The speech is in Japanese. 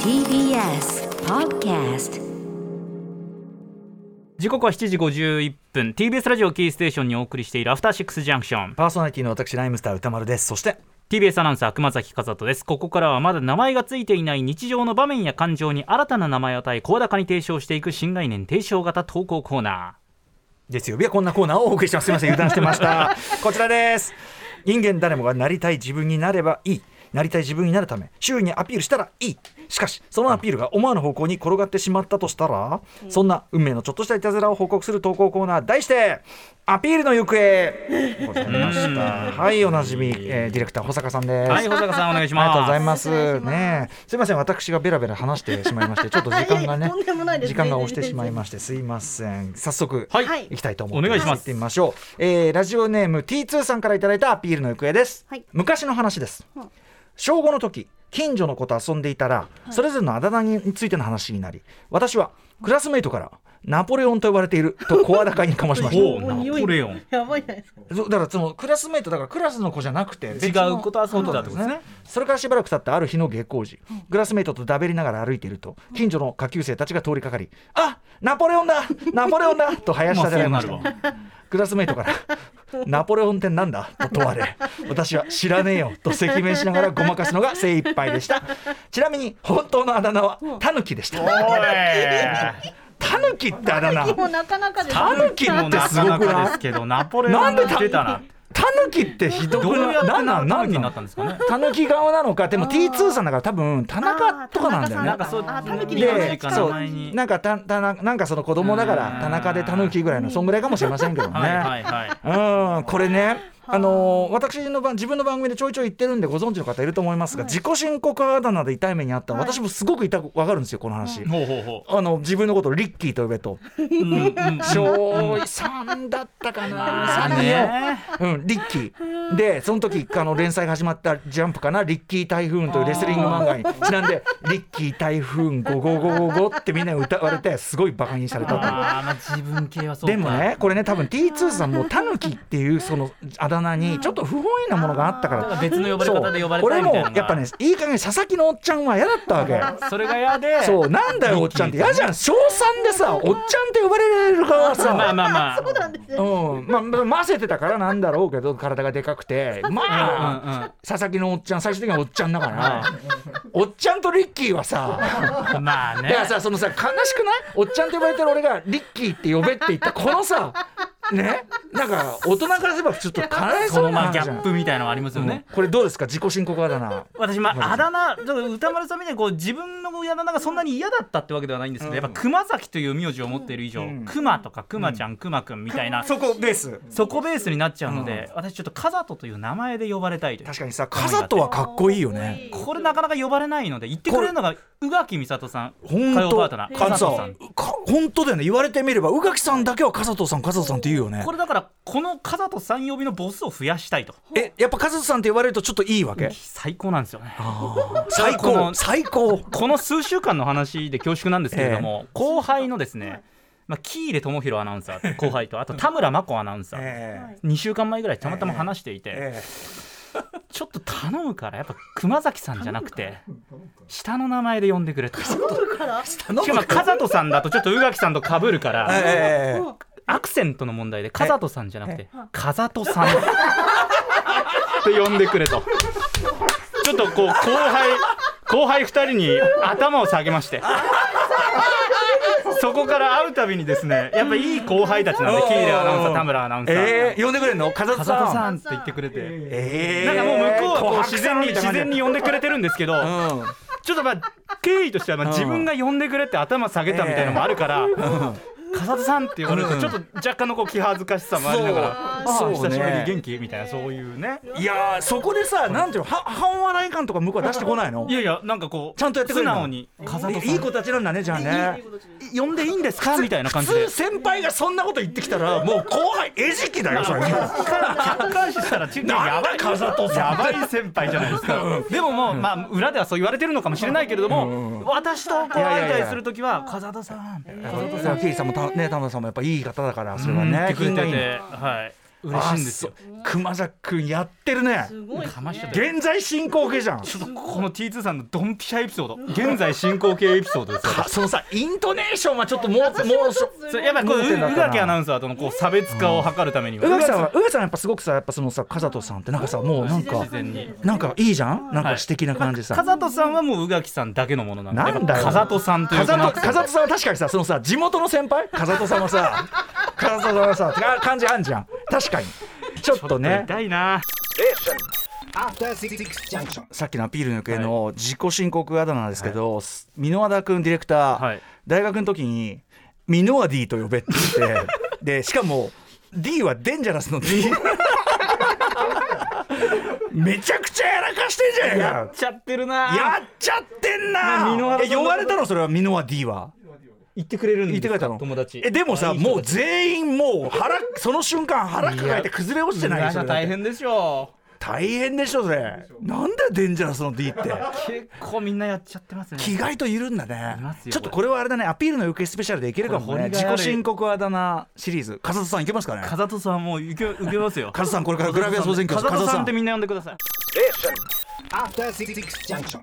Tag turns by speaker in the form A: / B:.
A: TBS Podcast
B: 時刻は7時51分 TBS ラジオキーステーションにお送りしているアフターシックスジャンクション
C: パーソナリティの私ライムスター歌丸ですそして
B: TBS アナウンサー熊崎和人ですここからはまだ名前がついていない日常の場面や感情に新たな名前を与え声高に提唱していく新概念提唱型投稿コーナ
C: 月曜日はこんなコーナーをお送りしてますすいません油断してましたこちらです人間誰もがなりたい自分になればいいなりたい自分になるため周囲にアピールしたらいいしかしそのアピールが思わぬ方向に転がってしまったとしたら、そんな運命のちょっとしたいたずらを報告する投稿コーナー題してアピールの行方ございましたはいおなじみ、えーディレクター保坂さんです、
B: ーはい保坂さんお願いし
C: あり
B: ます
C: がとうございます。ねえ、すいません、私がベラベラ話してしまいまして、ちょっと時間が
D: いやい
C: ね
D: やとんでもない、です
C: 時間が押してしまいまして、すいません。早速、、
B: はいい、
D: はい
C: きたいと思って
B: お願いします
C: 行ってみましょう。えーラジオネーム T2 さんからいただいたアピールの行方です。
D: はい
C: 昔の話です。
D: うん
C: 小5の時近所の子と遊んでいたら、それぞれのあだ名についての話になり私はクラスメイトからナポレオンと呼ばれていると声高にかまし まし
B: ほ
C: た
B: う
D: もう匂
B: ナ
D: い
B: ポレオン
D: やばいじゃないですか。
C: そうだからそのクラスメイトだからクラスの子じゃなくて
B: 違う子と遊んでたってことですね
C: それからしばらく経ったある日の下校時クラスメイトとだべりながら歩いていると近所の下級生たちが通りかかり「あナポレオンだナポレオンだ!」と林立てられまし
B: まあそう
C: た
B: な
C: クラスメイトから「ナポレオンってなんだ?」と問われ私は「知らねえよ」と赤面しながらごまかすのが精一杯でしたちなみに本当のあだ名はタヌキでしたタヌキってあだ名
D: でもなかなかですね。
C: タヌキ
B: も
C: って
B: な
C: す
B: か
C: ご
B: な
C: く
B: か
C: な
B: で
C: い
B: すけどナポレオ
C: な
B: ン
C: んでタ
B: 出たな
C: タヌキってひどく
B: どう
C: ない
B: やった
C: なんな
B: ら
C: ん
B: タヌキ
C: な
B: に
C: ん
B: なったんですかね
C: タヌキ側なのかでも
D: あ
C: T2 さんだから多分田中とかなんだよ
D: あー
C: ね
B: なんかそう
D: あ狸に
B: で
D: なっ
B: な
D: ち
B: んか
C: で
D: ゃった
B: 名
C: そう
B: 前に
C: なんかたたななんかその子供だか
B: う
C: ら
B: ん
C: 田中でタヌキぐらいのそんぐらいかもしれませんけどね、
B: はいはいはい
C: うんこれねあのー私の番自分の番組でちょいちょい言ってるんでご存知の方いると思いますが、自己申告あだ名で痛い目にあった、
D: はい
C: 私もすごく痛くわかるんですよこの話、
B: ほうほうほ
C: あの自分のことをリッキーと呼べと
B: う、うんうん
C: 小3だったかな
B: まあ
C: 三よ
B: ね
C: うん、リッキーでその時あの連載が始まった「ジャンプ」かな「リッキー台風」というレスリング漫画にちなんで「リッキー台風55555」ってみんなに歌われてすごいバカにされたと。
B: あーまあ自分系はそうか
C: でもねこれね多分 T2 さんもタヌキっていうそのあだ名にちょっと不本意なものがあったか
B: だから
C: ら
B: 別の呼ばれ
C: そう
B: 方で呼ばれた
C: 俺
B: いみ
C: も
B: たいな
C: やっぱねいい加減佐々木のおっちゃんは嫌だったわけ。
B: それが嫌で
C: そうなんだよおっちゃんって嫌じゃん小3でさおっちゃんって呼ばれる側はさ
B: まあまあまあ
D: そうなんですね。
C: うん、まあまあ、混ぜてたからなんだろうけど、体がでかくて、まあ、
B: うんうん
C: 佐々木のおっちゃん、最終的にはおっちゃんだから、おっちゃんとリッキーはさ、
B: まあ
C: だ
B: ね
C: からさ、そのさ、悲しくないおっちゃんと呼ばれてる俺が、リッキーって呼べって言った、このさ、ね、なんか、大人からすれば、ちょっとかわい
B: そ
C: そ
B: の
C: う
B: ま
C: な
B: あ
C: 話じ
B: ギ
C: ゃ
B: ャ
C: ん
B: ップみたいなのありますよね、
C: うんこれどうですか、自己申告あだ名。
B: 私まああだ名だから歌丸さんみたいにこう自分の親だ名がそんなに嫌だったってわけではないんですけど、
C: うん
B: やっぱ熊崎という名字を持っている以上、
C: ん
B: 熊とか熊ちゃん、熊くんみたいなそ
C: こです。
B: こベースになっちゃうので、私ちょっとカザトという名前で呼ばれたいという
C: 確かにさ、カザトはかっこいいよね。
B: これなかなか呼ばれないので言ってくれるのが宇垣美里さん
C: 本
B: 火曜
C: 当
B: パートナー
C: あの
B: 笠
C: さ
B: 戸さん
C: か本当だよね言われてみれば宇垣さんだけはカサトさんカサトさんって言うよね
B: これだからこのカザトさん呼びのボスを増やしたいと
C: えやっぱカズさんって言われるとちょっといいわけ
B: 最高なんですよね
C: 最
B: この
C: 高最高
B: この数週間の話で恐縮なんですけれども、後輩のですね、まあ、喜入智弘アナウンサー後輩とあと田村真子アナウンサー、
C: え
B: 2週間前ぐらいたまたま話していて、
C: えええ
B: ちょっと頼むからやっぱ熊崎さんじゃなくて下の名前で呼んでくれとしか
D: だから。
C: 頼む
B: も風人さんだとちょっと宇垣さんとかぶるから
C: ええ
D: うん
B: アクセントの問題で風人さんじゃなくて風人さんって呼んでくれとちょっとこう後輩後輩2人に頭を下げましてそこから会うたびにですねやっぱいい後輩たちなんで喜入アナウンサー田村アナウンサー、
C: ええ呼んでくれんのカザト
B: 風
C: さん
B: 人さんって言ってくれて。
C: ええ
B: なんかもう向こうはこう
C: 琥珀さん
B: 自然に
C: みたい
B: 自
C: な
B: 然に呼んでくれてるんですけど、
C: 感じうん
B: ちょっとまあ経緯としてはまあ
C: うん
B: 自分が呼んでくれって頭下げたみたいなのもあるから、笠戸さんって呼ばれるとちょっと若干のこう気恥ずかしさもありながら「あ
C: そう
B: あ
C: ね
B: 久しぶり元気?」みたいなそういうね
C: いやーそこでさなんていうのは半笑い感とか向こうは出してこないの
B: いやいやなんかこう
C: ちゃんとやってくれ
B: 素
C: るの
B: 直 に「笠戸さん
C: いい子たちなんだねじゃあね
B: 呼んでいいんですか?」みたいな感じで
C: 普通先輩がそんなこと言ってきたらもう後輩餌食だよそれ
B: 客観視したらちょっとやばい
C: 笠戸さん
B: やばい先輩じゃないですかでももうまあ裏ではそう言われてるのかもしれないけれども私とこう
C: やいや
B: 相
C: いや
B: 対する時は「風戸さん」
C: キーさんもたね田村さんもやっぱいい方だからそれは
B: うん
C: ね
B: ってくれ
C: 品が
B: て
C: いいの
B: て、はい。嬉しいんですよ。
C: あそう熊崎くんやってるね。
A: すごいですね。
B: かましちゃって
C: 現在進行形じゃん。
B: ちょっとこの T2 さんのドンピシャエピソード現在進行形エピソードですよ
C: あそのさイントネーションはちょっともうもうそ
B: それやっぱこう
C: 盲点だ
B: う
C: った
B: 宇
C: な
B: 垣アナウンサーとのこう差別化を図るためには
C: う宇垣さんは宇垣さんやっぱすごくさやっぱそのさ風戸さんってなんかさもうなんか
B: 自然に
C: なんかいいじゃんなんか詩的な感じでさ。
B: 風戸さんはもう宇垣さんだけのものなんで
C: なんだよ
B: 風戸さんという
C: 風
B: この
C: 戸
B: アクセント
C: 風戸さんは確かにさそのさ地元の先輩風戸さんはさ風戸さんはさか感じあんじゃん確かにちょっとね
B: 痛いな
D: After Six Junction.
C: さっきのアピールの行方の自己申告あだ名なんですけど、箕輪田君ディレクター、
B: はい
C: 大学の時に「ミノワディと呼べ」って言 ってでしかも D はデンジャラスの D めちゃくちゃやらかしてんじゃねえ
B: やっ
C: か
B: ちゃってるな
C: やっちゃってん
B: まあ箕輪
C: な
B: 田
C: え
B: さん
C: 呼ばれたのそれはミノワ D は
B: 言ってくれるんで
C: 言っ
B: す
C: て
B: か
C: くれたの
B: 友達
C: えでもさ
B: あいい人
C: もう全員もう腹その瞬間腹抱えて崩れ落ちてない
B: 皆
C: そ
B: さ
C: れ
B: ん
C: だっ
B: 大
C: て
B: 変でしょ
C: 大変でしょそれなんだよデンジャラスの D って
B: う結構みんなやっちゃってますね
C: 気概といるんだね
B: いますよ
C: ちょっとこれはあれだねアピールの行方スペシャルでいけるかも
B: こ
C: ね
B: れ
C: 自
B: 掘りがあ
C: 己
B: る
C: 申告あだ名シリーズ笠戸さんいけますかね
B: 風戸さんはもう受け受けますよ
C: カズさんこれからグラビア総選挙
B: 風戸
C: カズ
B: さ
C: さ
B: ん
C: ん
B: ってみんな呼んでください
D: After Six Junction.